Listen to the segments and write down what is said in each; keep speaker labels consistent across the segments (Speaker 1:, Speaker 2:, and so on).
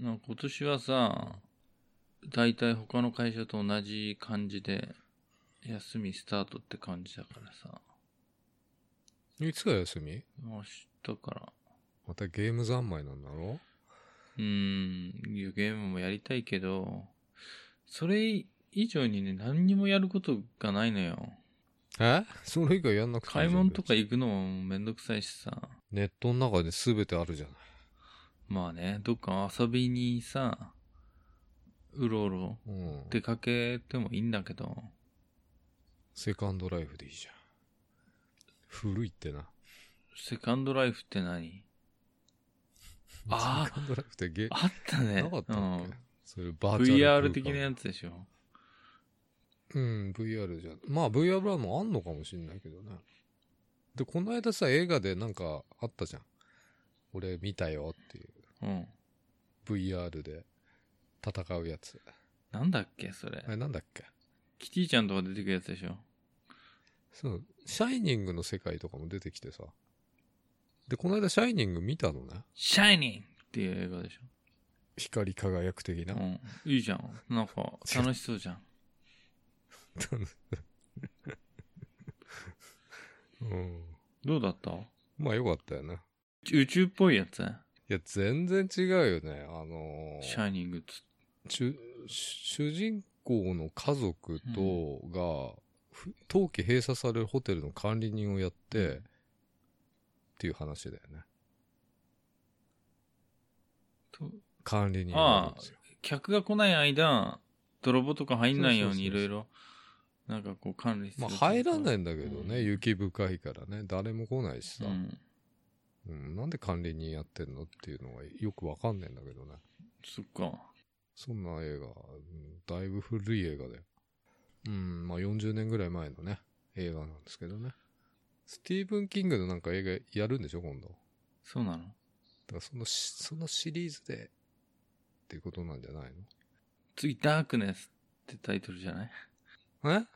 Speaker 1: まあ今年はさ、大体他の会社と同じ感じで、休みスタートって感じだからさ、
Speaker 2: いつが休み
Speaker 1: 明日から、
Speaker 2: またゲーム三昧なんだろ
Speaker 1: うーん、いやゲームもやりたいけど、それ以上にね、何にもやることがないのよ。
Speaker 2: えそれ以外やんなくても
Speaker 1: 買い物とか行くのもめんどくさいしさ、
Speaker 2: ネットの中で全てあるじゃない。
Speaker 1: まあね、どっか遊びにさ、うろうろ
Speaker 2: うん。
Speaker 1: 出かけてもいいんだけど、
Speaker 2: セカンドライフでいいじゃん。古いってな。
Speaker 1: セカンドライフって何あー
Speaker 2: セカンドライフってゲ
Speaker 1: あったね。
Speaker 2: なかったっけ、
Speaker 1: うん
Speaker 2: それバーチャ
Speaker 1: VR
Speaker 2: ル空間
Speaker 1: 的なやつでしょ。
Speaker 2: うん、VR じゃん。まあ VR はもうあんのかもしんないけどね。で、この間さ、映画でなんかあったじゃん。俺見たよっていう。
Speaker 1: うん。
Speaker 2: VR で戦うやつ。
Speaker 1: なんだっけ、それ
Speaker 2: あ。れなんだっけ
Speaker 1: キティちゃんとか出てくるやつでしょ。
Speaker 2: そう、シャイニングの世界とかも出てきてさ。で、この間シャイニング見たのね。
Speaker 1: シャイニングっていう映画でし
Speaker 2: 光り輝く的
Speaker 1: ょ。
Speaker 2: な。
Speaker 1: うん。いいじゃん。なんか、楽しそうじゃん。
Speaker 2: うん。
Speaker 1: どうだった
Speaker 2: まあよかったよね。
Speaker 1: 宇宙っぽいやつ
Speaker 2: いや、全然違うよね。あのー
Speaker 1: シャイニングっつ。
Speaker 2: 主主人公の家族とが、ふ冬季閉鎖されるホテルの管理人をやって、
Speaker 1: うん
Speaker 2: っていう話だよね。
Speaker 1: と
Speaker 2: 管理人がいるんですよ。
Speaker 1: 客が来ない間、泥棒とか入んないように
Speaker 2: そ
Speaker 1: いう
Speaker 2: そ
Speaker 1: ろ
Speaker 2: うそうそう
Speaker 1: いろ、なんかこう管理する。
Speaker 2: まあ入らないいんだけどね、
Speaker 1: うん
Speaker 2: 雪深いからね、誰も来ないしさ、
Speaker 1: う
Speaker 2: うん
Speaker 1: ん。
Speaker 2: なんで管理人やってんのっていうのがよくわかんないんだけどね。
Speaker 1: そっか。
Speaker 2: そんな映画、うんだいぶ古い映画だよ。うん、まあ40年ぐらい前のね、映画なんですけどね。スティーブン・キングのなんか映画やるんでしょ、今度。
Speaker 1: そうなの
Speaker 2: だからそのし、そのシリーズで、っていうことなんじゃない
Speaker 1: 次、ダークネスってタイトルじゃない
Speaker 2: のえ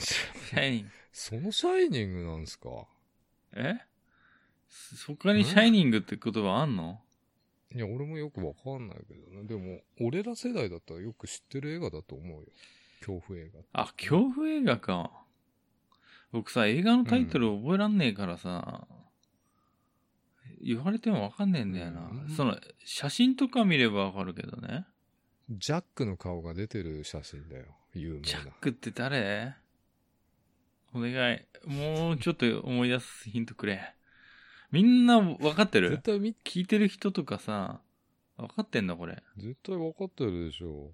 Speaker 1: シャイニング。
Speaker 2: そのシャイニングなんですか
Speaker 1: えそ他にシャイニングって言葉あんの
Speaker 2: いや、俺もよくわかんないけどね。でも、俺ら世代だったらよく知ってる映画だと思うよ。恐怖映画。
Speaker 1: あ、恐怖映画か。僕さ、映画のタイトル覚えらんねえからさ、言われてもわかんねえんだよな。
Speaker 2: うん
Speaker 1: その、写真とか見ればわかるけどね。
Speaker 2: ジャックの顔が出てる写真だよ。有名
Speaker 1: ジャッ
Speaker 2: な。
Speaker 1: クって誰お願い。もうちょっと思い出すヒントくれ。みんなわかって
Speaker 2: 絶
Speaker 1: る
Speaker 2: 対見、
Speaker 1: 聞いてる人とかさ、わかってんだこれ。
Speaker 2: 絶対わかってるでしょ。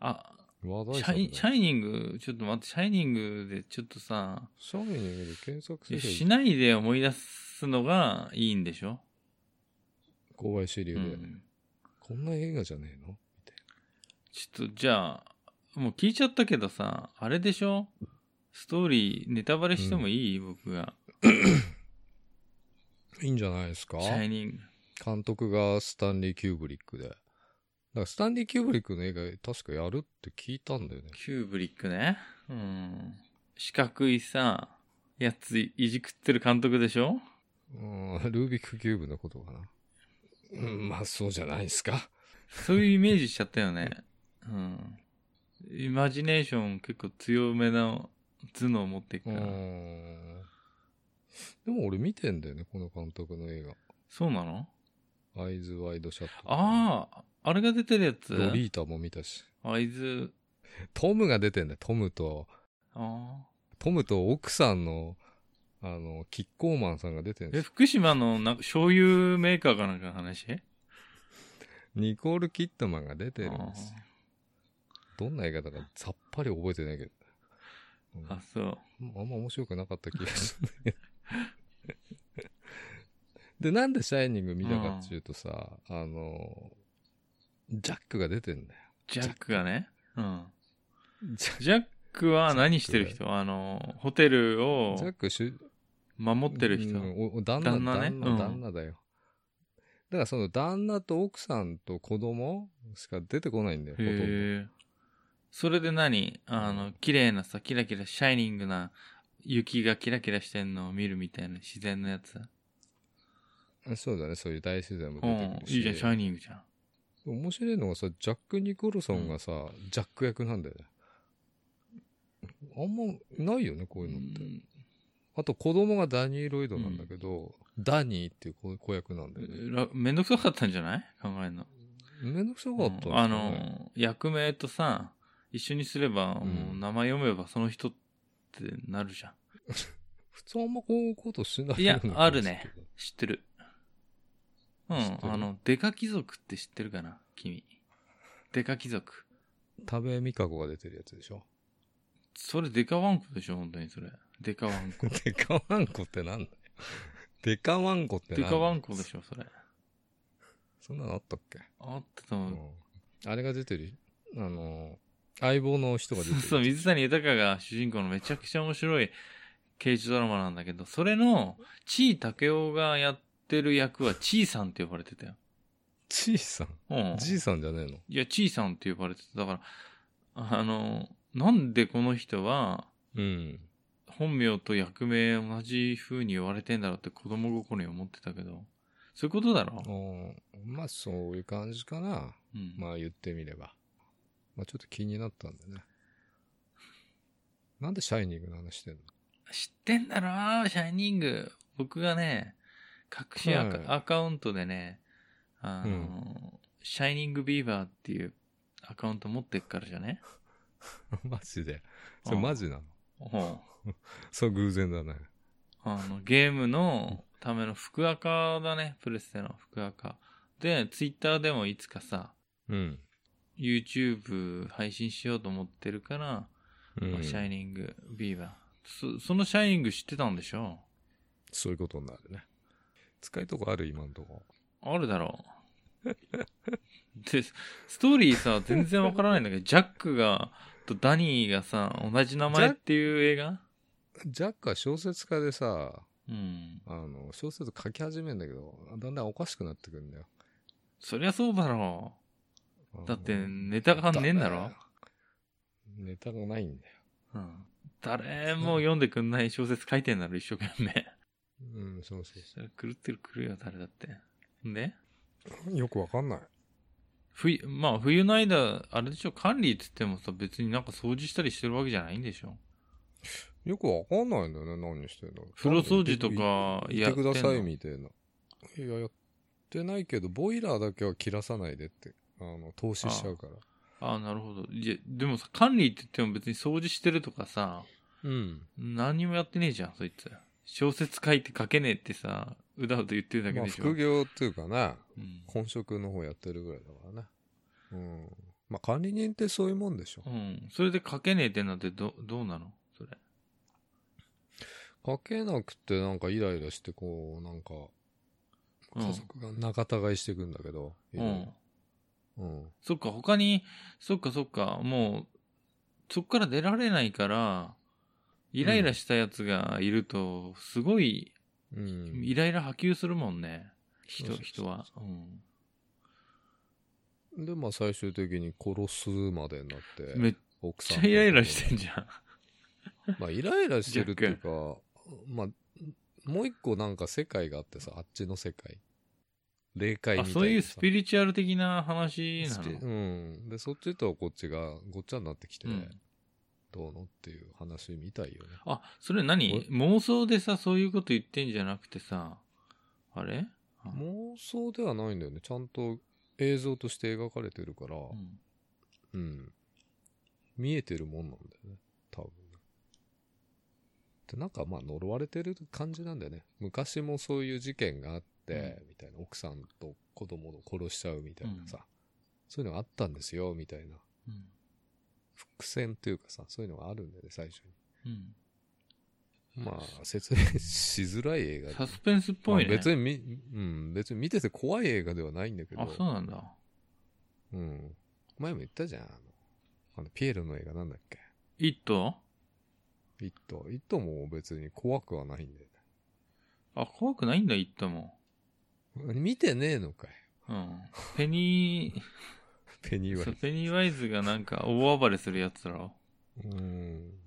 Speaker 1: あ、
Speaker 2: 話題
Speaker 1: シ
Speaker 2: 作
Speaker 1: ャ
Speaker 2: だよ
Speaker 1: イシャイニング、ちょっと待って、シャイニングでちょっとさ、
Speaker 2: シャイニングで検索す
Speaker 1: いや
Speaker 2: る
Speaker 1: しないで思い出すのがいいんでしょ、
Speaker 2: 購買主流
Speaker 1: う
Speaker 2: で、
Speaker 1: ん、
Speaker 2: こんな映画じゃねえの
Speaker 1: ちょっとじゃあ、もう聞いちゃったけどさ、あれでしょストーリー、ネタバレしてもいい、僕が。
Speaker 2: いいんじゃないですか
Speaker 1: シャイニング。
Speaker 2: 監督がスタンリー・キューブリックで。だからスタンリー・キューブリックの映画確かやるって聞いたんだよね。
Speaker 1: キューブリックね。うん。四角いさ、やついじくってる監督でしょ
Speaker 2: うん、ルービックキューブのことかな。うん、まあそうじゃないですか。
Speaker 1: そういうイメージしちゃったよね。うん。イマジネーション結構強めな頭脳を持っていく
Speaker 2: う
Speaker 1: から。
Speaker 2: ん。でも俺見てんだよね、この監督の映
Speaker 1: そうなの
Speaker 2: 画。アイズ・ワイド・シャット。
Speaker 1: ああ、あれが出てるやつ
Speaker 2: ロリータも見たし。
Speaker 1: アイズ、
Speaker 2: トムが出てんだよ、トムと。
Speaker 1: ああ。
Speaker 2: トムと奥さんの、あの、キッコーマンさんが出てん
Speaker 1: え、
Speaker 2: ですよ
Speaker 1: 福島のなんか醤油メーカーかなんかの話
Speaker 2: ニコール・キットマンが出てるん
Speaker 1: あ
Speaker 2: ですよ。どんな映画だかさっぱり覚えてないけど。うん
Speaker 1: ーあ、そう。
Speaker 2: あんま面白くなかった気がするん だけど。で、なんでシャイニング見たかっていうとさ、あの、ジャックが出てんだよ。
Speaker 1: ジャックがね。うん。
Speaker 2: ジャ
Speaker 1: ジャックは何してる人あの、ホテルを
Speaker 2: ジャック主、
Speaker 1: 守ってる人
Speaker 2: う。んおお旦那、
Speaker 1: 旦
Speaker 2: 旦
Speaker 1: 那
Speaker 2: 那
Speaker 1: ねうん
Speaker 2: 旦那だよ。だからその旦那と奥さんと子供しか出てこないんだよ、ほとんど。
Speaker 1: へえ。それで何あの、綺麗なさ、キラキラ、シャイニングな雪がキラキラしてんのを見るみたいな自然のやつ。
Speaker 2: そうだね、そういう大自然も
Speaker 1: う
Speaker 2: 出て
Speaker 1: ん
Speaker 2: く。るし。
Speaker 1: いいじゃん、シャイニングじゃん。
Speaker 2: 面白いのがさ、ジャック・ニコルソンがさ、ジャック役なんだよね。あんまないよね、こういうのって。あと子供がダニー・ロイドなんだけど、ダニーっていう子子役なんだよね。
Speaker 1: うんらめんどくさかったんじゃない考えるの。
Speaker 2: めんどくさかったんですよ
Speaker 1: う
Speaker 2: ね
Speaker 1: んあの、役名とさ、一緒にすれば、
Speaker 2: うん
Speaker 1: もう名前読めばその人ってなるじゃん。
Speaker 2: 普通あんまこういうことしない
Speaker 1: いや
Speaker 2: ような気が
Speaker 1: あるね
Speaker 2: すけど。
Speaker 1: 知ってる。う
Speaker 2: 知っ
Speaker 1: ん
Speaker 2: て、る
Speaker 1: あの、デカ貴族って知ってるかな君。デカ貴族。
Speaker 2: 多部未華子が出てるやつでしょ。
Speaker 1: それデカワンコでしょ本当にそれ。デカワン コ。
Speaker 2: デカワンコってなんだよ。 デカワンコってなん
Speaker 1: デ
Speaker 2: だ
Speaker 1: カ
Speaker 2: よ
Speaker 1: ワンコでしょそれ。
Speaker 2: そんなのあったっけ、
Speaker 1: あってたもん
Speaker 2: うんあれが出てる、あの、相棒の人が出て
Speaker 1: そう
Speaker 2: る。
Speaker 1: そう、水谷豊が主人公のめちゃくちゃ面白い刑事ドラマなんだけど、それの、ちいたけおがやってる役はちいさんって呼ばれてたよ。
Speaker 2: じいさん。
Speaker 1: うん。
Speaker 2: じいさんじゃねえの
Speaker 1: いや、ちいさんって呼ばれてた。だから、あの、なんでこの人は、
Speaker 2: うん。
Speaker 1: 本名と役名同じ風に言われてんだろうって子供心に思ってたけど、そういうことだろ
Speaker 2: うんまあ、そういう感じかな。
Speaker 1: うん。
Speaker 2: まあ、言ってみれば。まあ、ちょっと気になったんでね。なんでシャイニングの話してんの
Speaker 1: 知ってんだろシャイニング。僕がね、隠しアカ,、
Speaker 2: はい
Speaker 1: アカウントでね、あの、シャイニングビーバーっていうアカウント持ってっからじゃね
Speaker 2: マジで。それマジなの
Speaker 1: うん
Speaker 2: そう偶然だね。
Speaker 1: あの、ゲームのための福アカだね。プレステの福アカ。で、ツイッターでもいつかさ、
Speaker 2: うん。
Speaker 1: YouTube 配信しようと思ってるから、
Speaker 2: うん
Speaker 1: まあシャイニングビーバー。そ、そのシャイニング知ってたんでしょ
Speaker 2: そういうことになるね。使いとこある今んとこ。
Speaker 1: あるだろう。で、ストーリーさ、全然わからないんだけど、ジャックが、とダニーがさ、同じ名前っていう映画
Speaker 2: ジャックは小説家でさ、
Speaker 1: うん。
Speaker 2: あの、小説書き始めんだけど、だんだんおかしくなってくんだよ。
Speaker 1: そりゃそうだろう。だって、ネタがねえんだろ。
Speaker 2: ネタがないんだよ。
Speaker 1: うん。誰も読んでくんない小説書いてんだろ、一生懸命。
Speaker 2: うん、そうそう
Speaker 1: それ狂ってる狂いよ、誰だって。で、
Speaker 2: そう。よくわかんない。
Speaker 1: 冬、まあ冬の間、あれでしょ、管理って言ってもさ、別になんか掃除したりしてるわけじゃないんでしょ。
Speaker 2: よくわかんないんだよね、何してんの。
Speaker 1: 風呂掃除とかや
Speaker 2: やっ
Speaker 1: ってて
Speaker 2: く
Speaker 1: ん
Speaker 2: だ
Speaker 1: の
Speaker 2: さいみたいな。いや、やってないけど、ボイラーだけは切らさないでって、あの、投資しちゃうから。
Speaker 1: ああ、なるほど。いや、でもさ、管理って言っても別に掃除してるとかさ、
Speaker 2: うん。
Speaker 1: 何もやってねえじゃん、そいつ。小説書いて書けねえってさ、うだうだ言ってるだけ
Speaker 2: まあ、
Speaker 1: でしょ。
Speaker 2: 副業っていうかな、
Speaker 1: うん
Speaker 2: 本職の方やってるぐらいだからね。うん。まあ、管理人ってそういうもんでしょ。
Speaker 1: うん。それで書けねえってなってど、どうなのそれ。
Speaker 2: 書けなくてなんかイライラして、こう、なんか、
Speaker 1: うん
Speaker 2: 家族が仲違いしてくんだけど、いうろい
Speaker 1: ん。
Speaker 2: ろうん。
Speaker 1: そっか、他に、そっかそっか、もう、そっから出られないから、イライラしたやつがいると、すごい、
Speaker 2: うん。
Speaker 1: イライラ波及するもんね。
Speaker 2: そ
Speaker 1: 人、
Speaker 2: うそうそう
Speaker 1: 人は。うん。
Speaker 2: で、まあ、最終的に殺すまでになって。
Speaker 1: めっ
Speaker 2: 奥さ
Speaker 1: ち
Speaker 2: ん
Speaker 1: ゃイライラしてんじゃん。
Speaker 2: まあ、イライラしてるっていうか、まあ、もう一個なんか世界があってさ、あっちの世界。霊界み
Speaker 1: あ、
Speaker 2: たいなさ。
Speaker 1: そういうスピリチュアル的な話な
Speaker 2: スピ
Speaker 1: の
Speaker 2: うん。で、そっちとこっちがごっちゃになってきて、
Speaker 1: うん
Speaker 2: どうのっていう話みたいよね。
Speaker 1: あ、それ何妄想でさ、そういうこと言ってんじゃなくてさ、あれあ
Speaker 2: 妄想ではないんだよね。ちゃんと映像として描かれてるから、
Speaker 1: う
Speaker 2: うんん。見えてるもんなんだよね。多分。で、なんかまあ呪われてる感じなんだよね。昔もそういう事件があって、みたいな。奥さんと子供を殺しちゃうみたいなさ。そういうのがあったんですよ、みたいな。
Speaker 1: うん。
Speaker 2: 伏線というかさ、そういうのがあるんだよね、最初
Speaker 1: うん。
Speaker 2: に。まあ、説明しづらい映画で
Speaker 1: サスペンスっぽいね。
Speaker 2: まあ別にみ、うん、別に見てて怖い映画ではないんだけど。
Speaker 1: あ、そうなんだ。
Speaker 2: うん。前も言ったじゃん。あの、あのピエロの映画なんだっけ。
Speaker 1: イット
Speaker 2: イット。イットも別に怖くはないんだよ
Speaker 1: あ、怖くないんだ、イットも。
Speaker 2: ね。見てねえのかよ。
Speaker 1: うん。ペニ
Speaker 2: ペニー
Speaker 1: ー、
Speaker 2: ワ
Speaker 1: そう
Speaker 2: イ
Speaker 1: ペニーワイズがなんか大暴れするやつだろ。
Speaker 2: ズ。うん。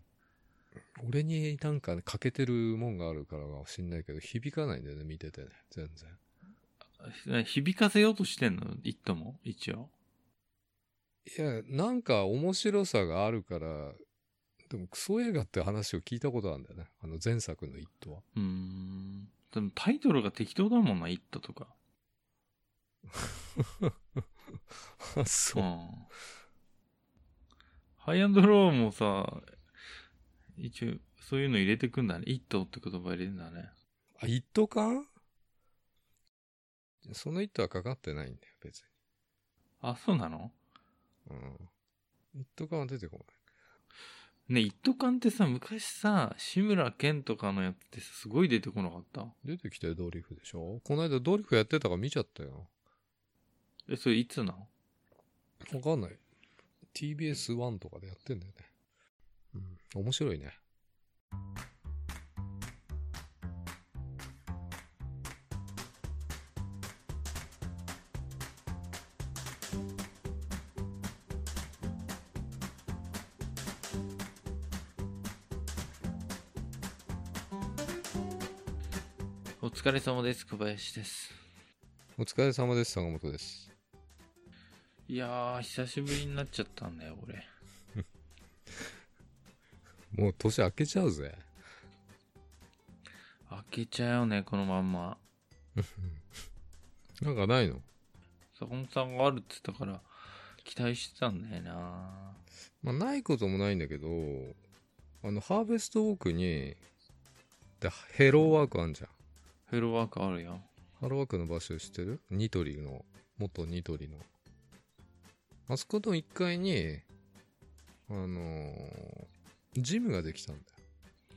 Speaker 2: 俺になんか欠けてるもんがあるからかもしんないけど、響かないんだよね、見ててね。全然。
Speaker 1: 響かせようとしてんのイットも、一応。
Speaker 2: いや、なんか面白さがあるから、でもクソ映画って話を聞いたことあるんだよね。あの前作の「イット!」は。
Speaker 1: うーん。でもタイトルが適当だもんな、イットとか。
Speaker 2: あ そうう。
Speaker 1: ん。ハイアンドローもさ、一応、そういうの入れてくんだね。イットって言葉入れるんだね。
Speaker 2: あ、一斗かその一斗はかかってないんだよ、別
Speaker 1: あ、そうなの
Speaker 2: に。うん。一斗缶は出てこない。
Speaker 1: ね、一斗缶ってさ、昔さ、志村けんとかのやつってすごい出てこなかった。
Speaker 2: 出てきたよ、ドリフでしょこの間ドリフやってたから見ちゃったよ。
Speaker 1: え、それいつなの
Speaker 2: わかんない。TBS1 とかでやってんだよね。うん、面白いね。
Speaker 1: お疲れ様です、小林です。
Speaker 2: お疲れ様です、坂本です。
Speaker 1: いやー、久しぶりになっちゃったんだよ、俺。
Speaker 2: もう年明けちゃうぜ。
Speaker 1: 開けちゃうよね、このまんま。
Speaker 2: なんかないの
Speaker 1: 坂本さんがあるって言ったから、期待してたんだよな
Speaker 2: まあ、ないこともないんだけど、あの、ハーベストウォークに、で、ヘローワークあんじゃん。
Speaker 1: フェロワークあるよ。
Speaker 2: ハローワークの場所知ってるニトリの、元ニトリの。あそこと1階に、あのージムができたんだよ。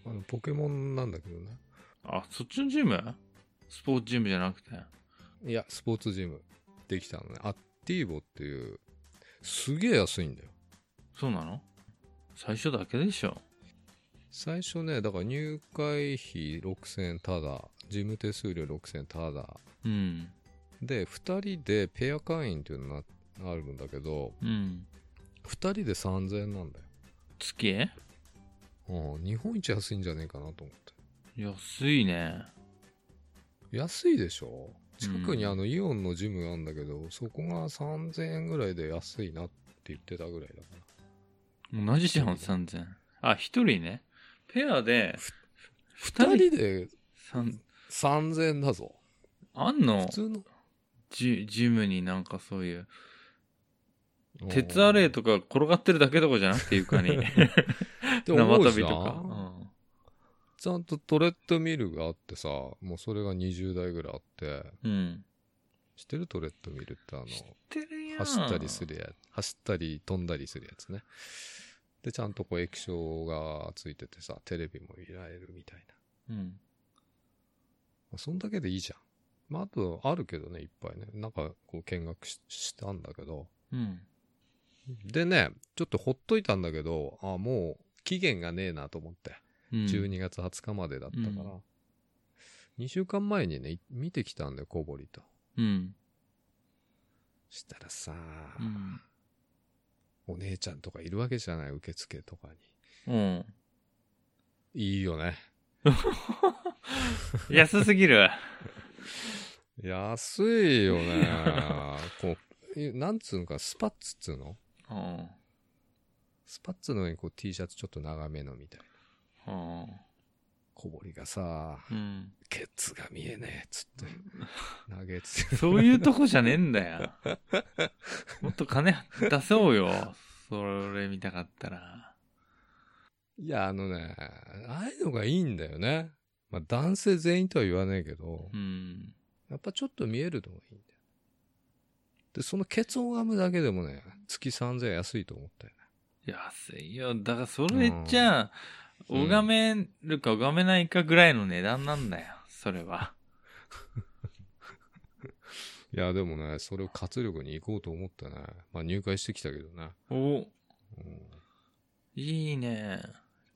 Speaker 2: あの、ポケモンなんだけどね。
Speaker 1: あ、そっちのジムスポーツジムじゃなくて。
Speaker 2: いや、スポーツジムできたのね。アッティーボっていう、すげえ安いんだよ。
Speaker 1: そうなの最初だけでしょ。
Speaker 2: 最初ね、だから入会費6000円ただ、事務手数料6000円ただ。
Speaker 1: うん。
Speaker 2: で、2人でペア会員っていうのがあるんだけど、
Speaker 1: うん。
Speaker 2: 2人で3000円なんだよ。
Speaker 1: 月へ
Speaker 2: うん、日本一安いんじゃねえかなと思って。
Speaker 1: 安いね。
Speaker 2: 安いでしょ近くに
Speaker 1: うん
Speaker 2: あのイオンのジムがあるんだけど、そこが3000円ぐらいで安いなって言ってたぐらいだか
Speaker 1: 同じじゃん、3000。あ、一人ね。ペアで、
Speaker 2: ら。
Speaker 1: 二
Speaker 2: 2人で
Speaker 1: 三
Speaker 2: 3000円だぞ。
Speaker 1: あんの
Speaker 2: 普通の。
Speaker 1: ジジムになんかそういう、鉄アレイとか転がってるだけとかじゃなくて床に。
Speaker 2: って思
Speaker 1: 縄
Speaker 2: う
Speaker 1: 跳
Speaker 2: し
Speaker 1: び
Speaker 2: な
Speaker 1: とか。
Speaker 2: ちゃんとトレッドミルがあってさ、もうそれが20台ぐらいあって、
Speaker 1: うん。うん。
Speaker 2: 知ってるトレッドミルってあの、
Speaker 1: 知ってるやん。
Speaker 2: 走ったりす。るや走ったり飛んだりするやつね。で、ちゃんとこう液晶がついててさ、テレビもいられるみたいな。
Speaker 1: うん。
Speaker 2: まあそんだけでいいじゃん。まあ、あと、あるけどね、いっぱいね。なんか、こう見学ししたんだけど。
Speaker 1: うん。
Speaker 2: でね、ちょっとほっといたんだけど、あ、もう期限がねえなと思って。
Speaker 1: うん。
Speaker 2: 12月20日までだったから、
Speaker 1: うん
Speaker 2: 2週間前にねい見てきたんだよ小堀と
Speaker 1: うん。
Speaker 2: したらさ、
Speaker 1: うん。
Speaker 2: お姉ちゃんとかいるわけじゃない受付とか
Speaker 1: うん。
Speaker 2: にいいよね
Speaker 1: 安すぎる。
Speaker 2: 安いよ ねこういなんつうのかスパッツっつうの
Speaker 1: うん。
Speaker 2: スパッツの上にこう T シャツちょっと長めのみたいな
Speaker 1: うん。
Speaker 2: 小堀がさ
Speaker 1: うん。
Speaker 2: ケツが見えねえっつって投げつけ
Speaker 1: そういうとこじゃねえんだ よ。もっと金出そうよ。それ見たかったら。
Speaker 2: いやあのねああいうのがいいんだよねまあ男性全員とは言わねえけど、
Speaker 1: うん。
Speaker 2: やっぱちょっと見えるのがいいんだよ。で、そのケツを拝むだけでもね、月3000円安いと思ったよね。
Speaker 1: 安いよ。だからそれじゃあ、拝めるか拝めないかぐらいの値段なんだよ。それは。
Speaker 2: いや、でもね、それを活力に行こうと思ってね。まあ入会してきたけどね。
Speaker 1: お、
Speaker 2: うん
Speaker 1: いいね。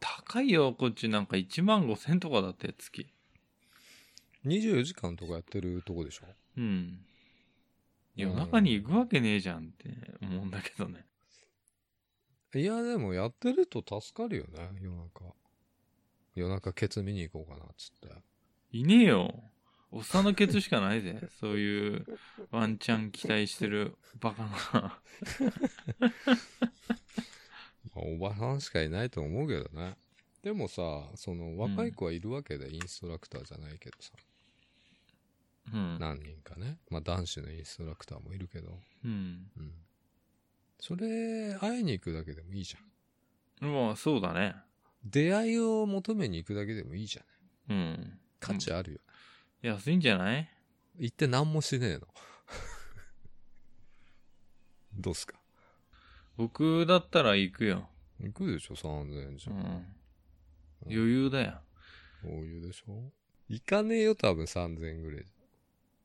Speaker 1: 高いよ、こっちなんか1万5千とかだったよ、月。
Speaker 2: 24時間とかやってるとこでしょ
Speaker 1: うん。夜中に行くわけねえじゃんって思うんだけどね。
Speaker 2: いや、でもやってると助かるよね、夜中。夜中ケツ見に行こうかな、っつって。
Speaker 1: いねえよ。おっさんのケツしかないぜ。 そういう、ワンチャン期待してるバカな。
Speaker 2: まあおばさんしかいないと思うけどね。でもさ、その、若い子はいるわけで、インストラクターじゃないけどさ、
Speaker 1: うん。
Speaker 2: 何人かね。まあ、男子のインストラクターもいるけど、
Speaker 1: うん。
Speaker 2: うん。それ、会いに行くだけでもいいじゃん。
Speaker 1: まあ、そうだね。
Speaker 2: 出会いを求めに行くだけでもいいじゃん。
Speaker 1: うん。
Speaker 2: 価値あるよ。
Speaker 1: 安いんじゃない
Speaker 2: 行って何もしねえの。 どうすか
Speaker 1: 僕だったら行くよ。
Speaker 2: 行くでしょ ?3000 円じ
Speaker 1: う
Speaker 2: ゃん。
Speaker 1: ん。余裕だよ。
Speaker 2: こういうでしょ行かねえよ、多分3000円ぐらいじ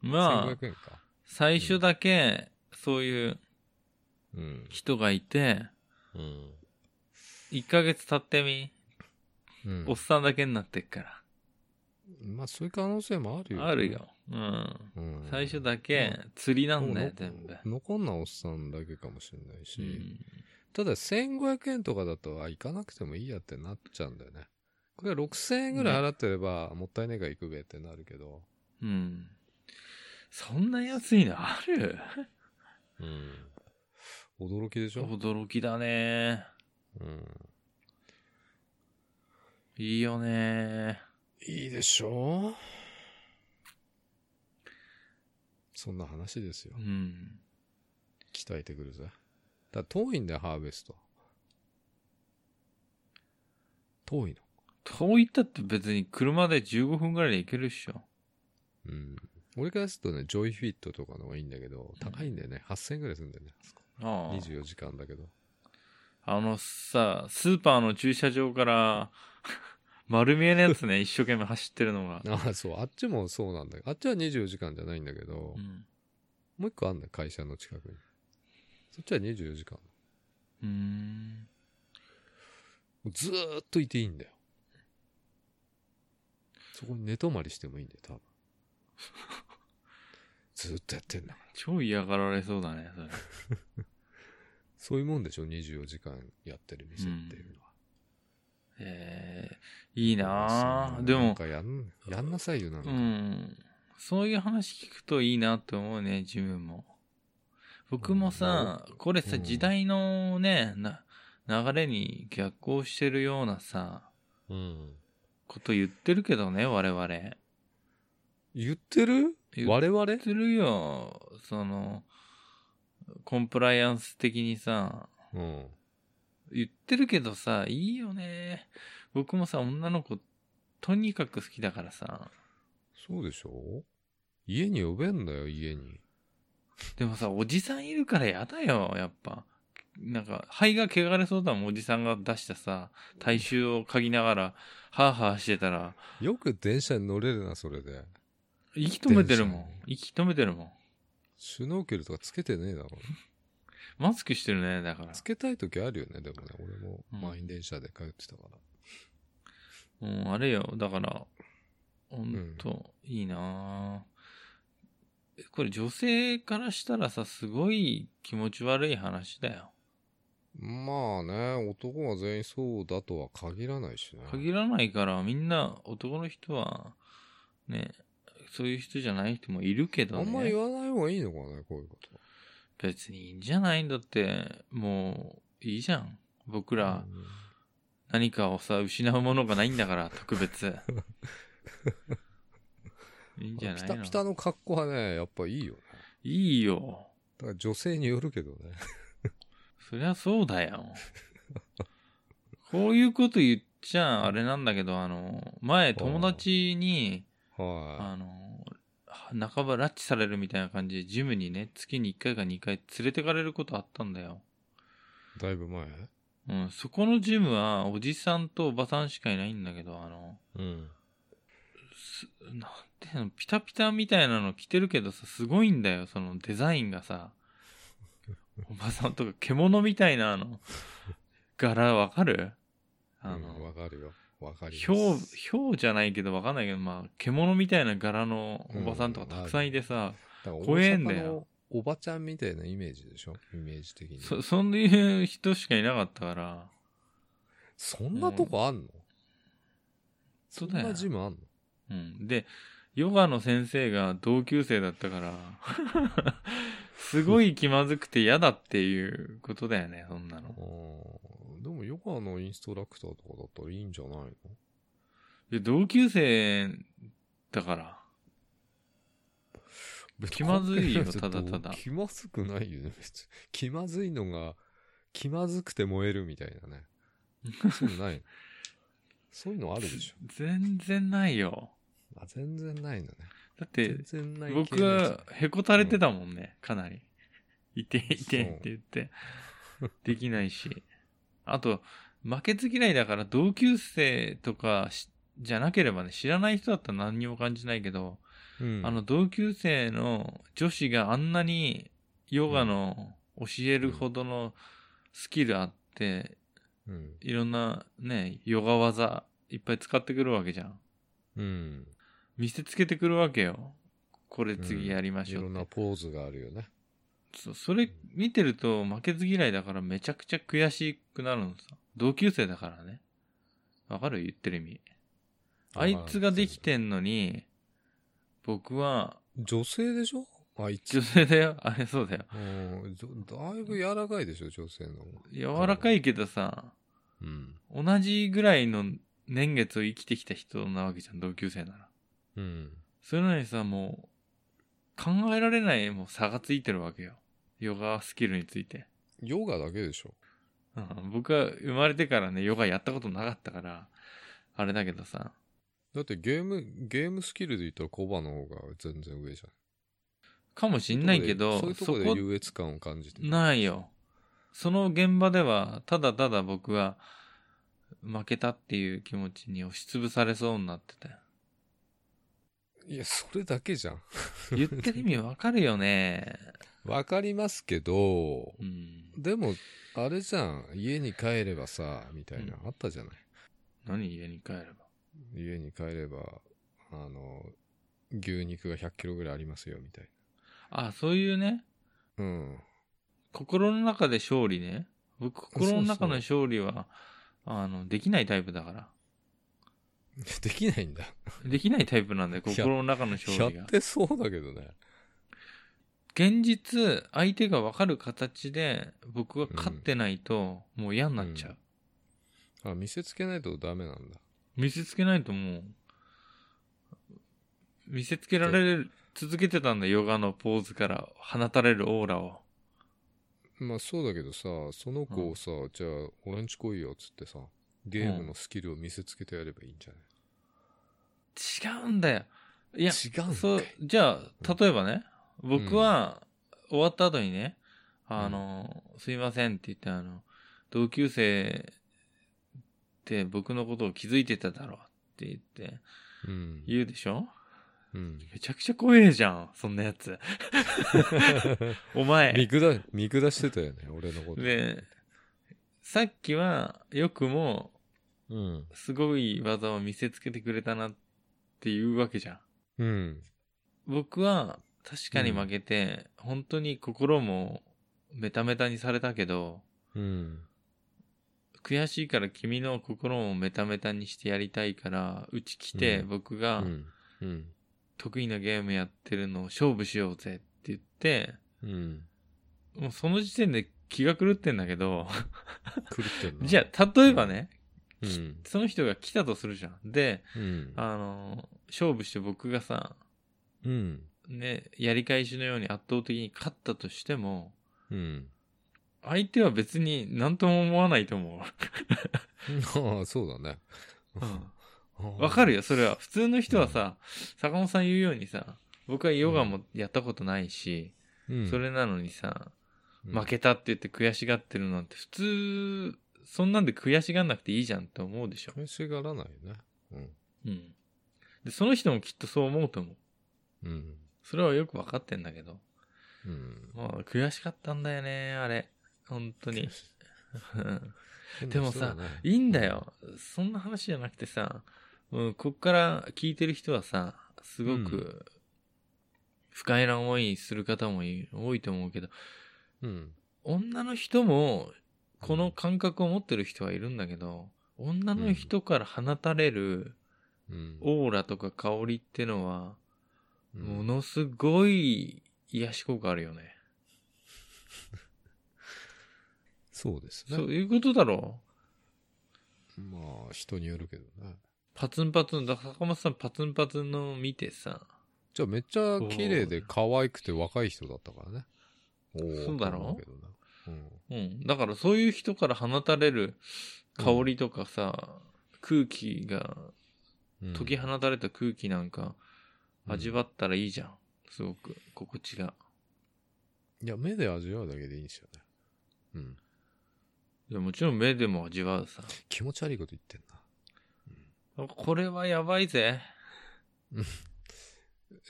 Speaker 2: ゃん。
Speaker 1: まあ、
Speaker 2: 1500円か。
Speaker 1: 最初だけ、そういう
Speaker 2: うん。
Speaker 1: 人がいて、
Speaker 2: うん。
Speaker 1: 1ヶ月経ってみ、
Speaker 2: うん
Speaker 1: おっさんだけになってっか
Speaker 2: まあ、そういう可能性もあるよ。
Speaker 1: ら。あるよ。。うん。
Speaker 2: うん、
Speaker 1: 最初だけ、釣りなんだよ、全部。
Speaker 2: 残んなおっさんだけかもしれないし、
Speaker 1: うん。
Speaker 2: ただ1500円とかだと、あ、行かなくてもいいやってなっちゃうんだよね。これは6000円ぐらい払ってれば、もったいねえから行くべってなるけど、
Speaker 1: うん。そんな安いのある
Speaker 2: うん。驚きでしょ
Speaker 1: 驚きだね。
Speaker 2: うん。
Speaker 1: いいよね。
Speaker 2: いいでしょそんな話ですよ
Speaker 1: う。ん。
Speaker 2: 鍛えてくるぜ。だから遠いんだよ、ハーベスト。遠いの。
Speaker 1: 遠いったって別に車で15分ぐらいで行けるっしょ。
Speaker 2: うん。俺からするとね、ジョイフィットとかの方がいいんだけど、高いんだよね。8000円ぐらいするんだよね。あそこ
Speaker 1: ああ。
Speaker 2: 24時間だけど。
Speaker 1: あのさ、スーパーの駐車場から、 丸見えのやつね、一生懸命走ってるのが。
Speaker 2: ああ、そう。あっちもそうなんだけど、あっちは24時間じゃないんだけど、
Speaker 1: うん。
Speaker 2: もう一個あんだよ、会社の近くに。そっちは24時間。
Speaker 1: うーん。
Speaker 2: もうずーっといていいんだよ。そこに寝泊まりしてもいいんだよ、多分。ずーっとやってんだから。
Speaker 1: 超嫌がられそうだね、それ。
Speaker 2: そういうもんでしょ、24時間やってる店っていうのは。
Speaker 1: ええいいな
Speaker 2: そ
Speaker 1: あ
Speaker 2: ん
Speaker 1: で
Speaker 2: なん
Speaker 1: も、
Speaker 2: かやん、やんなさいよ、なん
Speaker 1: う
Speaker 2: か。
Speaker 1: ん。そういう話聞くといいなって思うね、自分も。僕もさ、これさ、
Speaker 2: うん
Speaker 1: 時代のね、な、流れに逆行してるようなさ、
Speaker 2: うん。
Speaker 1: こと言ってるけどね、我々。言
Speaker 2: 言ってる
Speaker 1: 言っ
Speaker 2: 我々
Speaker 1: ってるよ、その、コンプライアンス的にさ、
Speaker 2: うん。
Speaker 1: 言ってるけどさ、いいよね。僕もさ、女の子、とにかく好きだからさ。
Speaker 2: そうでしょ家に呼べんだよ、家に。
Speaker 1: でもさ、おじさんいるからやだよ、やっぱ。なんか、肺が汚れそうだもん、おじさんが出したさ、体臭を嗅ぎながら、ハーハーしてたら、
Speaker 2: よく電車に乗れるな、それで。
Speaker 1: 息止めてるもん
Speaker 2: 電車。
Speaker 1: 息止めてるもん。
Speaker 2: シュノーケルとかつけてねえだろ。
Speaker 1: マスクしてるね、だから
Speaker 2: つ。けたい時あるよね、でもね。俺も
Speaker 1: うん
Speaker 2: 満員電車で通ってたから。
Speaker 1: もうあれよ、だから、ほんと、いいなぁこれ女性からしたらさ、すごい気持ち悪い話だよ。
Speaker 2: まあね、男は全員そうだとは限らないしね。
Speaker 1: 限らないから、みんな男の人は、ね、そういう人じゃない人もいるけど
Speaker 2: あんま言
Speaker 1: ね。
Speaker 2: わない方がいいのかね、こういうこと。
Speaker 1: 別にいいんじゃないんだって、もう、いいじゃん。僕ら、
Speaker 2: うん
Speaker 1: 何かをさ、失うものがないんだから、特 別。いいんじゃない
Speaker 2: ピ
Speaker 1: の
Speaker 2: タピタの格好はね、やっぱいいよね。
Speaker 1: いいよ。
Speaker 2: だから女性によるけどね。
Speaker 1: そりゃそうだよ。こういうこと言っちゃあれなんだけど、あの、前友達に、
Speaker 2: は
Speaker 1: あの、半ば拉致されるみたいな感じで、ジムにね、月に1回か2回連れてかれることあったんだよ。
Speaker 2: い。だいぶ前
Speaker 1: うん、そこのジムは、おじさんとおばさんしかいないんだけど、あの、
Speaker 2: うん。
Speaker 1: すなんていうの、ピタピタみたいなの着てるけどさ、すごいんだよ、そのデザインが さ。おばさんとか獣みたいなあの、柄わかるあの、
Speaker 2: うんわかるよ。わかります
Speaker 1: ひょう、ひょうじゃないけどわかんないけど、まあ、獣みたいな柄のおばさんとか
Speaker 2: うん
Speaker 1: たくさんいてさ、
Speaker 2: だから
Speaker 1: 怖えんだよ
Speaker 2: 大阪のおばちゃんみたいなイメージでしょイメージ的に。
Speaker 1: そ、そんいう人しかいなかったから、
Speaker 2: そんなとこあんの、
Speaker 1: そ
Speaker 2: そ
Speaker 1: うんだよ
Speaker 2: なジムあんの
Speaker 1: うん。で、ヨガの先生が同級生だったから、 すごい気まずくて嫌だっていうことだよね、そんなの
Speaker 2: あ。ーでもヨガのインストラクターとかだったらいいんじゃないの
Speaker 1: いや同級生だから。気まずいよ
Speaker 2: 別に
Speaker 1: ただただ
Speaker 2: 気まずくないよね、別に。気まずいのが、気まずくて燃えるみたいなね。そういう のないのそういうのあるでしょ。
Speaker 1: 全然ないよ。
Speaker 2: あ、全然ないのね。
Speaker 1: だって
Speaker 2: 全、然ない系
Speaker 1: 僕
Speaker 2: のやつ
Speaker 1: はへこたれてたもんね、かなり。いて、いてって言って。できないし。あと、負けず嫌いだから同級生とかしじゃなければね、知らない人だったら何にも感じないけど、
Speaker 2: うん、
Speaker 1: あの同級生の女子があんなにヨガの教えるほどのスキルあって、
Speaker 2: うん、
Speaker 1: いろんなね、ヨガ技いっぱい使ってくるわけじゃん。
Speaker 2: うん。
Speaker 1: 見せつけてくるわけよ。これ次やりま
Speaker 2: い
Speaker 1: しょう
Speaker 2: ろ
Speaker 1: っ
Speaker 2: ん
Speaker 1: て
Speaker 2: なポーズがあるよね。
Speaker 1: そそれ見てると負けず嫌いだからめちゃくちゃ悔しくなるのさ。同級生だからね。わかる言ってる意味。あいつができてんのに、僕は、
Speaker 2: 女性でしょあいつ
Speaker 1: 女。性だよ。あれそうだよ。
Speaker 2: うんじょだいぶ柔らかいでしょ、女性の方が。
Speaker 1: 柔らかいけどさ、
Speaker 2: うん。
Speaker 1: 同じぐらいの年月を生きてきた人なわけじゃん、同級生なら。
Speaker 2: うん。
Speaker 1: それなのにさ、もう、考えられないもう差がついてるわけよ。ヨガスキルについて。
Speaker 2: ヨガだけでしょ。
Speaker 1: うん僕は生まれてからね、ヨガやったことなかったから、あれだけどさ。
Speaker 2: だってゲーム、ゲームスキルで言ったらコバの方が全然上じゃん。
Speaker 1: かもしんないけど、
Speaker 2: そういうとこで
Speaker 1: そこ
Speaker 2: 優越感を感じてる
Speaker 1: ないよ。その現場では、ただただ僕は、負けたっていう気持ちに押しつぶされそうになってたよ。
Speaker 2: いや、それだけじゃん。
Speaker 1: 言ってる意味わかるよね。
Speaker 2: わかりますけど、
Speaker 1: うん。
Speaker 2: でも、あれじゃん。家に帰ればさ、みたいな、あったじゃない。
Speaker 1: 何家に帰れば。
Speaker 2: 家に帰れば、あの、牛肉が100キロぐらいありますよ、みたい
Speaker 1: あ、そういうね、
Speaker 2: な。うん。
Speaker 1: 心の中で勝利ね。僕、心の中の勝利は、あの、できないタイプだから。
Speaker 2: できないんだ。
Speaker 1: できないタイプなんだよ、心の中の勝
Speaker 2: や
Speaker 1: 利が
Speaker 2: っ。てそうだけどね。
Speaker 1: 現実、相手がわかる形で、僕が勝ってないと、もう嫌になっちゃう。
Speaker 2: あ、見せつけないとダメなんだ。
Speaker 1: 見せつけないともう、見せつけられ続けてたんだ、ヨガのポーズから放たれるオーラを。
Speaker 2: まあそうだけどさ、その子をさ、じゃあ、俺んち来いよ、つってさ、ゲームのスキルを見せつけてやればいいんじゃない、
Speaker 1: 違うんだよ。いや、
Speaker 2: 違うんかい
Speaker 1: そう、じゃあ、例えばね、僕は、終わった後にね、あの、すいませんって言って、あの、同級生って僕のことを気づいてただろうって言って、
Speaker 2: うん。
Speaker 1: 言うでしょ
Speaker 2: うん。
Speaker 1: めちゃくちゃ怖えじゃん、そんなやつ。お前。
Speaker 2: 見下、見下してたよね、俺のこと。
Speaker 1: で、さっきは、よくも、
Speaker 2: うん。
Speaker 1: すごい技を見せつけてくれたなっていうわけじゃん。
Speaker 2: うん。
Speaker 1: 僕は、確かに負けて、本当に心もメタメタにされたけど、
Speaker 2: うん。
Speaker 1: 悔しいから君の心もメタメタにしてやりたいから、うち来て
Speaker 2: うん
Speaker 1: 僕
Speaker 2: う
Speaker 1: が
Speaker 2: ん。うん。
Speaker 1: 得意なゲームやってるのを勝負しようぜって言って、
Speaker 2: うん。
Speaker 1: もうその時点で気が狂ってんだけど、
Speaker 2: 狂ってんな。
Speaker 1: じゃあ、例えばね、
Speaker 2: うん。
Speaker 1: その人が来たとするじゃん。で、
Speaker 2: うん。
Speaker 1: あの、勝負して僕がさ、
Speaker 2: うん。
Speaker 1: ね、やり返しのように圧倒的に勝ったとしても、
Speaker 2: うん。
Speaker 1: 相手は別に何とも思わないと思
Speaker 2: ああ、そうだね。
Speaker 1: う。わか
Speaker 2: る
Speaker 1: るよ、それは。普通の人はさ、坂本さん言うようにさ、僕はヨガもやったことないし、それなのにさ、負けたって言って悔しがってるなんて、普通、そんなんで悔しがんなくていいじゃんって思うでしょ。
Speaker 2: 返しがらないね。
Speaker 1: うん。で、その人もきっとそう思うと思う。
Speaker 2: うん。うん。
Speaker 1: それはよくわかってんだけど。
Speaker 2: うん。
Speaker 1: もう悔しかったんだよね、あれ。本当 に。うんで
Speaker 2: で
Speaker 1: も
Speaker 2: も
Speaker 1: さ
Speaker 2: さ、
Speaker 1: いいんだよ。そんな話じゃなくてさ、もうこっから聞いてる人はさ、すごく不快な思いする方もい多いと思うけど、
Speaker 2: うん。
Speaker 1: 女の人もこの感覚を持ってる人はいるんだけど、女の人から放たれる
Speaker 2: うん。
Speaker 1: オーラとか香りってのは、
Speaker 2: うん
Speaker 1: ものすごい癒し効果あるよね。
Speaker 2: そうですね。
Speaker 1: そういうことだろう。
Speaker 2: まあ、人によるけどね。
Speaker 1: パツンパツン、だから坂本さんパツンパツンの見てさ、
Speaker 2: じゃあめっちゃ綺麗で可愛くて若い人だったからね。おー
Speaker 1: そうだろ
Speaker 2: と思うけどなうん。
Speaker 1: うん。だからそういう人から放たれる香りとかさ、空気が、
Speaker 2: うん
Speaker 1: 解き放たれた空気なんか
Speaker 2: うん
Speaker 1: 味わったらいいじゃん。すごく、心地が。
Speaker 2: いや、目で味わうだけでいいんですよね。うん。
Speaker 1: いやもちろん目でも味わうさ。
Speaker 2: 気持ち悪いこと言ってんな。
Speaker 1: これはやばいぜ。
Speaker 2: い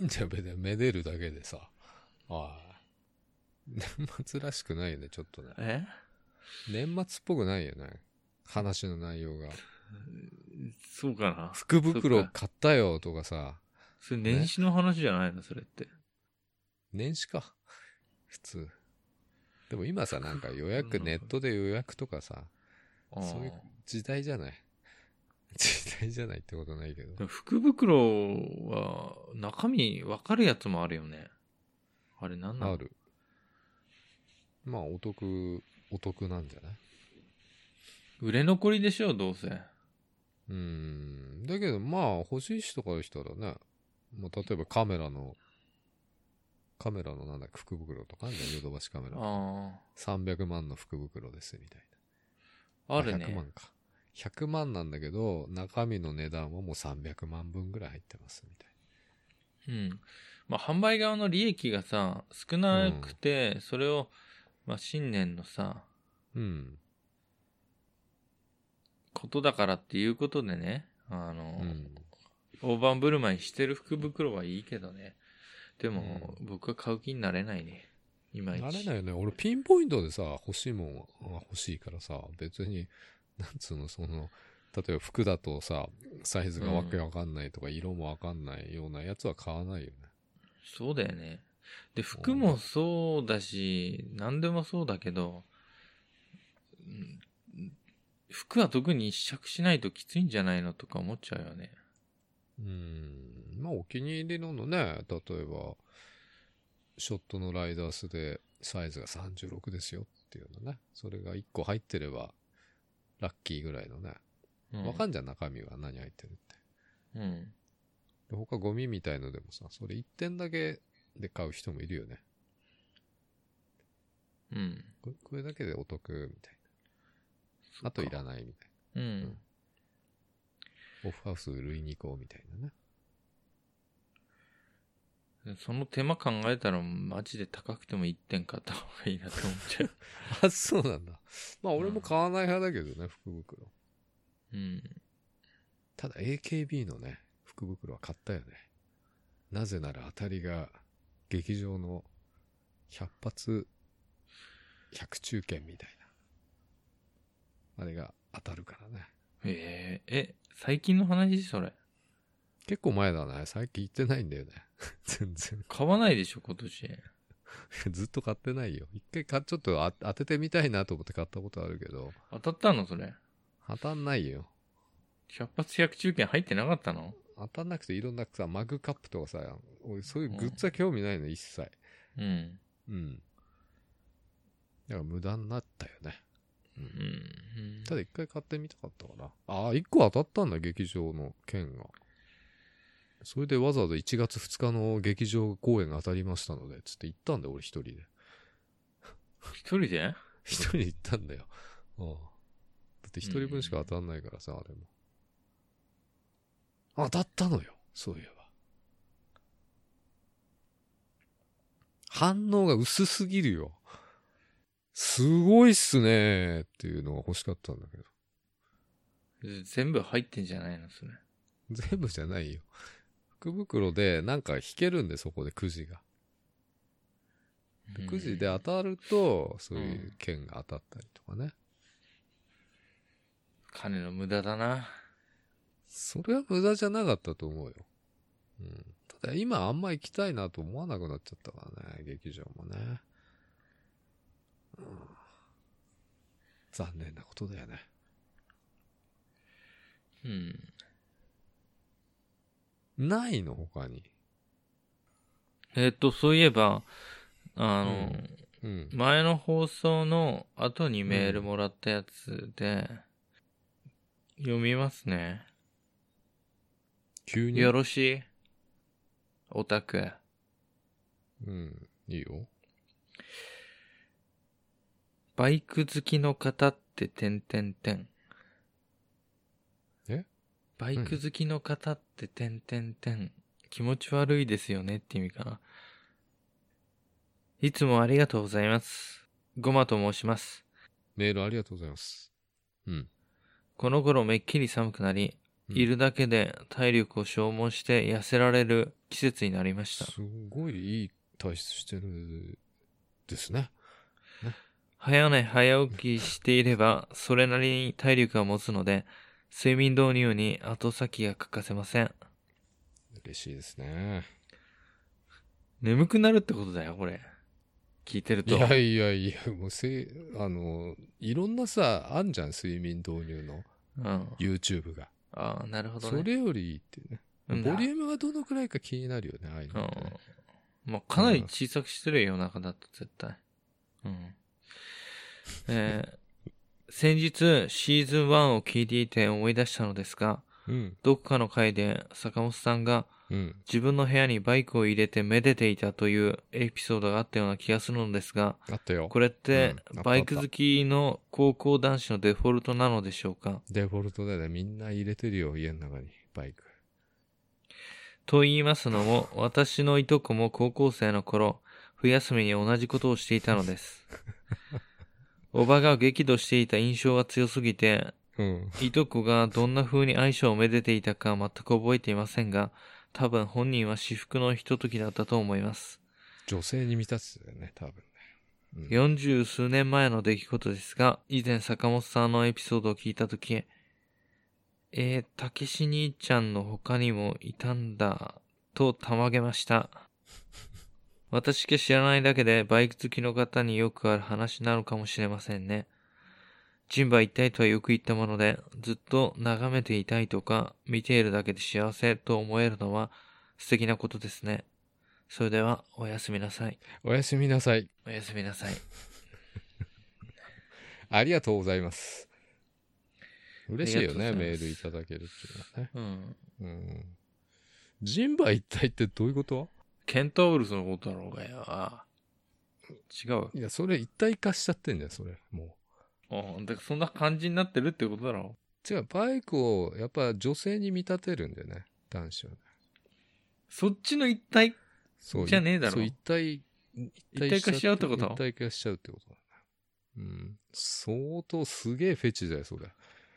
Speaker 2: いんだよ、目で、めでるだけでさ。ああ。年末らしくないよね、ちょっとね。
Speaker 1: え
Speaker 2: 年末っぽくないよね。話の内容が。
Speaker 1: そうかな。
Speaker 2: 福袋
Speaker 1: そっか
Speaker 2: 買ったよとかさ、
Speaker 1: それ年始の話じゃないの、それって。
Speaker 2: 年始か。普通。でも今さ、なんか予約、ネットで予約とかさ、
Speaker 1: あー
Speaker 2: そういう時代じゃない。 時代じゃないってことないけど
Speaker 1: で。も福袋は中身分かるやつもあるよね。あれなんなの
Speaker 2: ある。まあ、お得、お得なんじゃない
Speaker 1: 売れ残りでしょ、どうせ。
Speaker 2: うーん。だけど、まあ、欲しい人からしたらね、まあ、例えばカメラの、カメラのなんだっけ、福袋とかあるじゃんヨドバシカメラ。
Speaker 1: あ
Speaker 2: 300万の福袋です、みたいな。
Speaker 1: あ。ある
Speaker 2: 100
Speaker 1: ね
Speaker 2: 万。か。100万なんだけど、中身の値段はもう300万分ぐらい入ってます、みたい
Speaker 1: うん。まあ、販売側の利益がさ、少なくて、それを、まあ、新年のさ、
Speaker 2: な。うん。
Speaker 1: ことだからっていうことでね、あ
Speaker 2: う
Speaker 1: の、
Speaker 2: ん。
Speaker 1: 大盤振る舞いしてる福袋はいいけどね。でも、僕は買う気になれないね。今
Speaker 2: なれない
Speaker 1: い。
Speaker 2: よね。俺、ピンポイントでさ、欲しいもんは欲しいからさ、別に、なんつうの、その、例えば服だとさ、サイズがわけわかんないとか、色もわかんないようなやつは買わないよね。
Speaker 1: そうだよね。で、服もそうだし、何でもそうだけど、うん服は特に試着しないときついんじゃないのとか思っちゃうよね。
Speaker 2: うん。まあ、お気に入りののね、例えば、ショットのライダースでサイズが36ですよっていうのね。それが1個入ってれば、ラッキーぐらいのね。
Speaker 1: うん、
Speaker 2: わかんじゃん、中身が何入ってるって。
Speaker 1: うん。
Speaker 2: で他ゴミみたいのでもさ、それ1点だけで買う人もいるよね。
Speaker 1: うん。
Speaker 2: これこれだけでお得みたいな。あといらないみたい
Speaker 1: うん。
Speaker 2: な。オフハウス売りに行こうみたいな ね。
Speaker 1: その手間考えたら、マジで高くても1点買った方がいいなって思っちゃう。
Speaker 2: あ、そうなんだ。まあ俺も買わない派だけどね、福袋。
Speaker 1: うん。
Speaker 2: ただ AKB のね、福袋は買ったよね。なぜなら当たりが劇場の100発100中券みたいな。あれが当たるからね。
Speaker 1: えー、え、最近の話それ。
Speaker 2: 結構前だね。最近行ってないんだよね。 全然。
Speaker 1: 買わないでしょ、今年。
Speaker 2: ずっと買ってないよ。一回か、ちょっとあ当ててみたいなと思って買ったことあるけど、
Speaker 1: 当たったのそれ。
Speaker 2: 当たんないよ。
Speaker 1: 100発100中券入ってなかったの
Speaker 2: 当たんなくていろんなさ、マグカップとかさ、俺そういうグッズは興味ないの、一切。
Speaker 1: うん。
Speaker 2: うん。だから無駄になったよね。
Speaker 1: うん。
Speaker 2: ただ一回買ってみたかったから。ああ、一個当たったんだ、劇場の券が。それでわざわざ1月2日の劇場公演が当たりましたので、つって行ったんだよ、俺一人で。
Speaker 1: 一人で
Speaker 2: 一人で行ったんだよ。うん。だって一人分しか当たんないからさ、あれも。当たったのよ、そういえば。反応が薄すぎるよ。すごいっすねーっていうのが欲しかったんだけど。
Speaker 1: 全部入ってんじゃないのそれ。
Speaker 2: 全部じゃないよ。福袋でなんか引けるんで、そこでくじが。
Speaker 1: うん
Speaker 2: くじで当たると、そういう券が当たったりとかね。
Speaker 1: 金の無駄だな。
Speaker 2: それは無駄じゃなかったと思うよ。うん。ただ今あんま行きたいなと思わなくなっちゃったからね、劇場もね。うん、残念なことだよね。
Speaker 1: うん。
Speaker 2: ないの他に。
Speaker 1: えっと、そういえば、あの、
Speaker 2: うん。
Speaker 1: 前の放送の後にメールもらったやつで、読みますね。
Speaker 2: 急に。
Speaker 1: よろしいオタク。
Speaker 2: うん。いいよ。
Speaker 1: バイク好きの方って、てんてんてん。
Speaker 2: え
Speaker 1: バイク好きの方って、てんてんてん。気持ち悪いですよねって意味かな。いつもありがとうございます。ごまと申します。
Speaker 2: メールありがとうございます。うん。
Speaker 1: この頃めっきり寒くなり、
Speaker 2: うん
Speaker 1: いるだけで体力を消耗して痩せられる季節になりました。
Speaker 2: すごいいい体質してるですね。
Speaker 1: 早寝早起きしていれば、それなりに体力が持つので、睡眠導入に後先が欠かせません。
Speaker 2: 嬉しいですね。
Speaker 1: 眠くなるってことだよ、これ。聞いてる
Speaker 2: い
Speaker 1: と。
Speaker 2: やいやいや、もうせ、あの、いろんなさ、あんじゃん、睡眠導入の
Speaker 1: うん。あ
Speaker 2: YouTube が。
Speaker 1: あ、なるほど
Speaker 2: そ
Speaker 1: ね。
Speaker 2: れよりいいっていうね。
Speaker 1: うん
Speaker 2: ボリュームがどのくらいか気になるよね、ああいう
Speaker 1: う
Speaker 2: のっ
Speaker 1: ん
Speaker 2: てね。。
Speaker 1: まあ、かなり小さくしてるよ、夜中だと絶対。うん。えー先日、シーズン1を聞いていて思い出したのですが、
Speaker 2: うん。
Speaker 1: どこかの回で坂本さんが
Speaker 2: うん。
Speaker 1: 自分の部屋にバイクを入れてめでていたというエピソードがあったような気がするのですが、
Speaker 2: あったよ。
Speaker 1: これって
Speaker 2: うんあった
Speaker 1: バイク好きの高校男子のデフォルトなのでしょうか
Speaker 2: デフォルトだよね。みんな入れてるよ、家の中に、バイク。
Speaker 1: と言いますのも、私のいとこも高校生の頃、冬休みに同じことをしていたのです。おばが激怒していた印象が強すぎて、
Speaker 2: うん。
Speaker 1: いとこがどんな風に相性をめでていたか全く覚えていませんが、多分本人は至福のひとときだったと思います。
Speaker 2: 女性に見立つだよね、多分ね。うん
Speaker 1: 四十数年前の出来事ですが、以前坂本さんのエピソードを聞いたとき、えー、たけし兄ちゃんの他にもいたんだ、とたまげました。私が知らないだけでバイク好きの方によくある話なのかもしれませんね。人馬一体とはよく言ったもので、ずっと眺めていたいとか、見ているだけで幸せと思えるのは素敵なことですね。それでは、おやすみなさい。
Speaker 2: おやすみなさい。
Speaker 1: おやすみなさい。
Speaker 2: ありがとうございます。嬉しいよ
Speaker 1: ありがとうござい
Speaker 2: ね、メ
Speaker 1: ます
Speaker 2: ールいただけるっていうのはね。
Speaker 1: うん。
Speaker 2: うん。人馬一体ってどういうこと
Speaker 1: ケンタウルスのことだろうがよ。あ違う。
Speaker 2: いや、それ一体化しちゃってんだよ、それ。も
Speaker 1: あだからそんな感じになってるってことだろ
Speaker 2: う。違う、バイクを、やっぱ女性に見立てるんだよね、男子はね。
Speaker 1: そっちの一体、
Speaker 2: そう。
Speaker 1: じゃねえだろ
Speaker 2: そう、一体、
Speaker 1: 一体化しちゃうってこと
Speaker 2: 一体化しちゃうってことだね。うん。相当すげえフェチだよ、それ。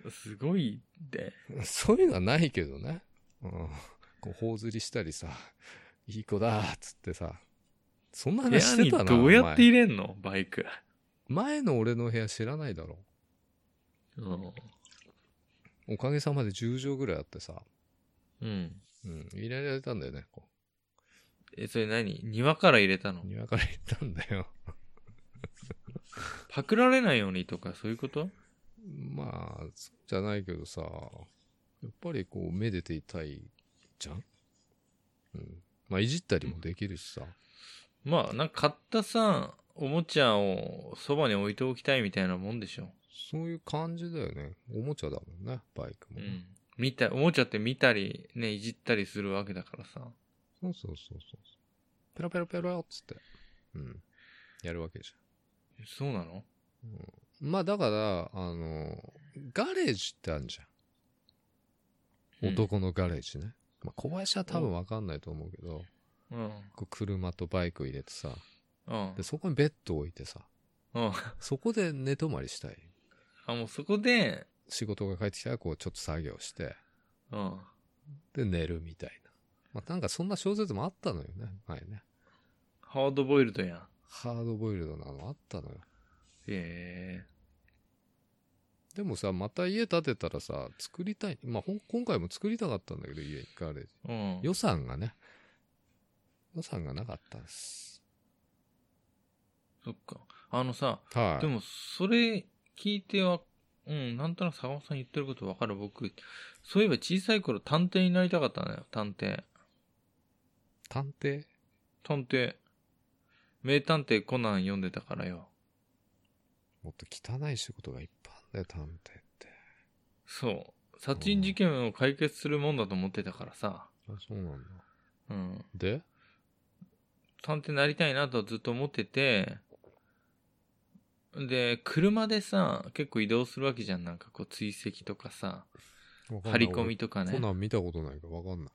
Speaker 1: すごいで。
Speaker 2: そういうのはないけどね。うん。こう、頬ずりしたりさ、いい子だーっつってさ、そんな
Speaker 1: 部
Speaker 2: 話
Speaker 1: 屋
Speaker 2: して
Speaker 1: に
Speaker 2: たな。
Speaker 1: どうやって
Speaker 2: お前
Speaker 1: 入れんのバイク。
Speaker 2: 前の俺の部屋知らないだろ。
Speaker 1: うん。
Speaker 2: おかげさまで10畳ぐらいあってさ、
Speaker 1: うん。
Speaker 2: うん、入れられたんだよね、こ
Speaker 1: え、それ何庭から入れたの
Speaker 2: う。庭から入れたんだよ。
Speaker 1: パクられないようにとかそういうこと
Speaker 2: まあ、そうじゃないけどさ、やっぱりこう、めでていたいじゃんうん。まあ、いじったりもできるしさ。
Speaker 1: まあ、なんか買ったさ、おもちゃをそばに置いておきたいみたいなもんでしょ。
Speaker 2: そういう感じだよね。おもちゃだもんね、バイク
Speaker 1: う
Speaker 2: もね。
Speaker 1: ん。見た、おもちゃって見たり、ね、いじったりするわけだからさ。
Speaker 2: そうそうそうそう。ペロペロペロっつって。うん。やるわけじ
Speaker 1: そうなの
Speaker 2: ゃん。まあだから、あの、ガレージってあるじゃん。男のガレージね。まあ小林は多分わかんないと思うけど、
Speaker 1: うん。
Speaker 2: こう車とバイク入れてさ、
Speaker 1: うん。
Speaker 2: で、そこにベッド置いてさ、
Speaker 1: うん。
Speaker 2: そこで寝泊まりしたい。
Speaker 1: あ、もうそこで、
Speaker 2: 仕事が帰ってきたらこうちょっと作業して、
Speaker 1: うん。
Speaker 2: で寝るみたいな。まあなんかそんな小説もあったのよね、前ね。
Speaker 1: ハードボイルドやん。
Speaker 2: ハードボイルドなのあったのよ。
Speaker 1: え
Speaker 2: でもさ、また家建てたらさ、作りたい。まあ、ほん今回も作りたかったんだけど、家にガレージ。
Speaker 1: えうん。
Speaker 2: 予算がね、予算がなかったんです。
Speaker 1: そっか。あのさ、
Speaker 2: はい。
Speaker 1: でも、それ聞いては、うん、なんとなく坂本さん言ってることわかる僕。そういえば小さい頃探偵になりたかったんだよ、探偵。
Speaker 2: 探偵
Speaker 1: 探偵、名探偵コナン読んでたからよ。
Speaker 2: もっと汚い仕事がいっぱいあんだよ、探偵って。
Speaker 1: そう。殺人事件を解決するもんだと思ってたからさ。
Speaker 2: あ、そうなんだ。
Speaker 1: うん。
Speaker 2: で
Speaker 1: 探偵なりたいなとずっと思ってて、で、車でさ、結構移動するわけじゃん。なんかこう追跡とかさ、張り込み
Speaker 2: と
Speaker 1: とか
Speaker 2: か
Speaker 1: ね。
Speaker 2: コナン見たことないからわかんな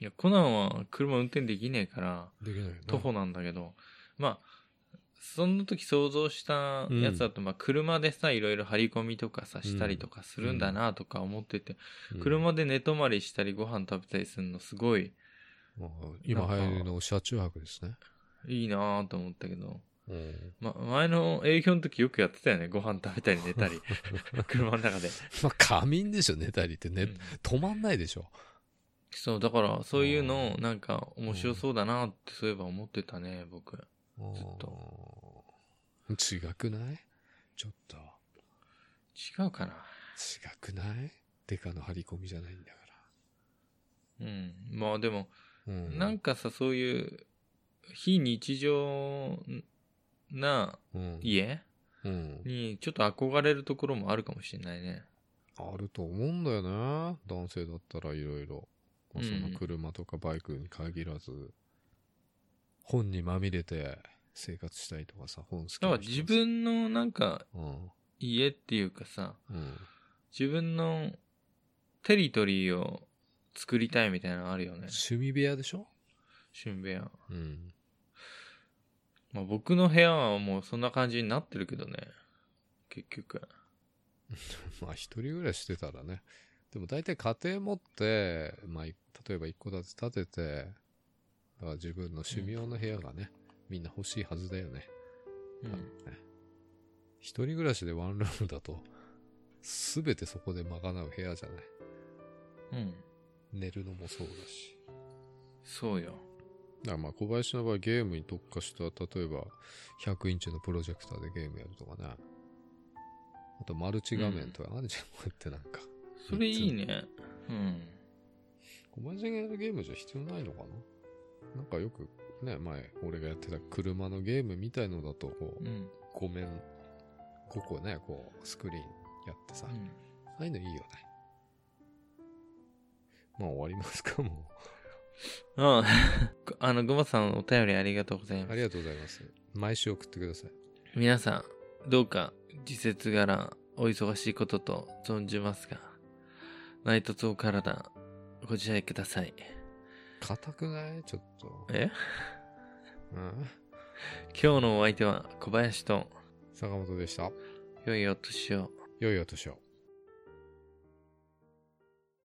Speaker 2: い
Speaker 1: や、コナンは車運転できねえから、
Speaker 2: い。できないよね。
Speaker 1: 徒歩なんだけど、まあ、その時想像したやつだと、まあ、車でさ、いろいろ張り込みとかさ、したりとかするんだなとか思ってて、
Speaker 2: うん
Speaker 1: 車で寝泊まりしたりご飯食べたりするのすごい
Speaker 2: あ今流行りの車中泊ですね。
Speaker 1: いいなぁと思ったけど、
Speaker 2: うん
Speaker 1: ま、前の営業の時よくやってたよね。ご飯食べたり寝たり。車の中で。
Speaker 2: まあ、仮眠でしょ、寝たりってね。
Speaker 1: うん
Speaker 2: 止まんないでしょ。
Speaker 1: そう、だから、そういうの、なんか、面白そうだなって、そういえば思ってたね、僕。ずっ
Speaker 2: と。違くないちょっと。
Speaker 1: 違うかな。
Speaker 2: 違くないデカの張り込みじゃないんだか
Speaker 1: うん。まあでも、
Speaker 2: ら。うん。
Speaker 1: なんかさ、そういう、非日常な
Speaker 2: うん、
Speaker 1: 家
Speaker 2: うん。
Speaker 1: に、ちょっと憧れるところもあるかもしれないね。
Speaker 2: あると思うんだよね。男性だったらいろいろ。まあ、その車とかバイクに限らず、本にまみれて生活したいとかさ、本好
Speaker 1: だ
Speaker 2: き
Speaker 1: か
Speaker 2: な人
Speaker 1: ら自、分の、なんか、
Speaker 2: うん。
Speaker 1: 家っていうかさ、
Speaker 2: うん。
Speaker 1: 自分のテリトリーを作りたいみたいなのあるよね。
Speaker 2: 趣味部屋でしょ
Speaker 1: シュンベア。
Speaker 2: うん。
Speaker 1: まあ僕の部屋はもうそんな感じになってるけどね。結局。
Speaker 2: まあ一人暮らししてたらね。でも大体家庭持って、まあい例えば一戸建て建てて、だから自分の趣味用の部屋がね、みんな欲しいはずだよね。
Speaker 1: うん。
Speaker 2: 一人暮らしでワンルームだと、すべてそこで賄う部屋じゃない。
Speaker 1: うん。
Speaker 2: 寝るのもそうだし。
Speaker 1: そうよ。
Speaker 2: だからまあ小林の場合ゲームに特化した、例えば100インチのプロジェクターでゲームやるとかね。あとマルチ画面とかあるじゃん、こうやってなんか。
Speaker 1: それいいね。うん。
Speaker 2: 小林がやるゲームじゃ必要ないのかななんかよくね、前俺がやってた車のゲームみたいのだとこう、
Speaker 1: うん。
Speaker 2: 画面、ここね、こうスクリーンやってさ、
Speaker 1: うん
Speaker 2: ああいうのいいよね。まあ終わりますか、も。
Speaker 1: うん。あ の、ごまさんお便りありがとうございう
Speaker 2: あ
Speaker 1: ま
Speaker 2: り
Speaker 1: す。
Speaker 2: がとうございます。毎週送ってください。
Speaker 1: 皆さん、どうか、時節柄、お忙しいことと存じますが、内凸お体、ご自愛ください。
Speaker 2: 硬くないちょっと。
Speaker 1: え
Speaker 2: うん。
Speaker 1: 今日のお相手は小林と、
Speaker 2: 坂本でした。
Speaker 1: 良いお年を。
Speaker 2: 良いお年を。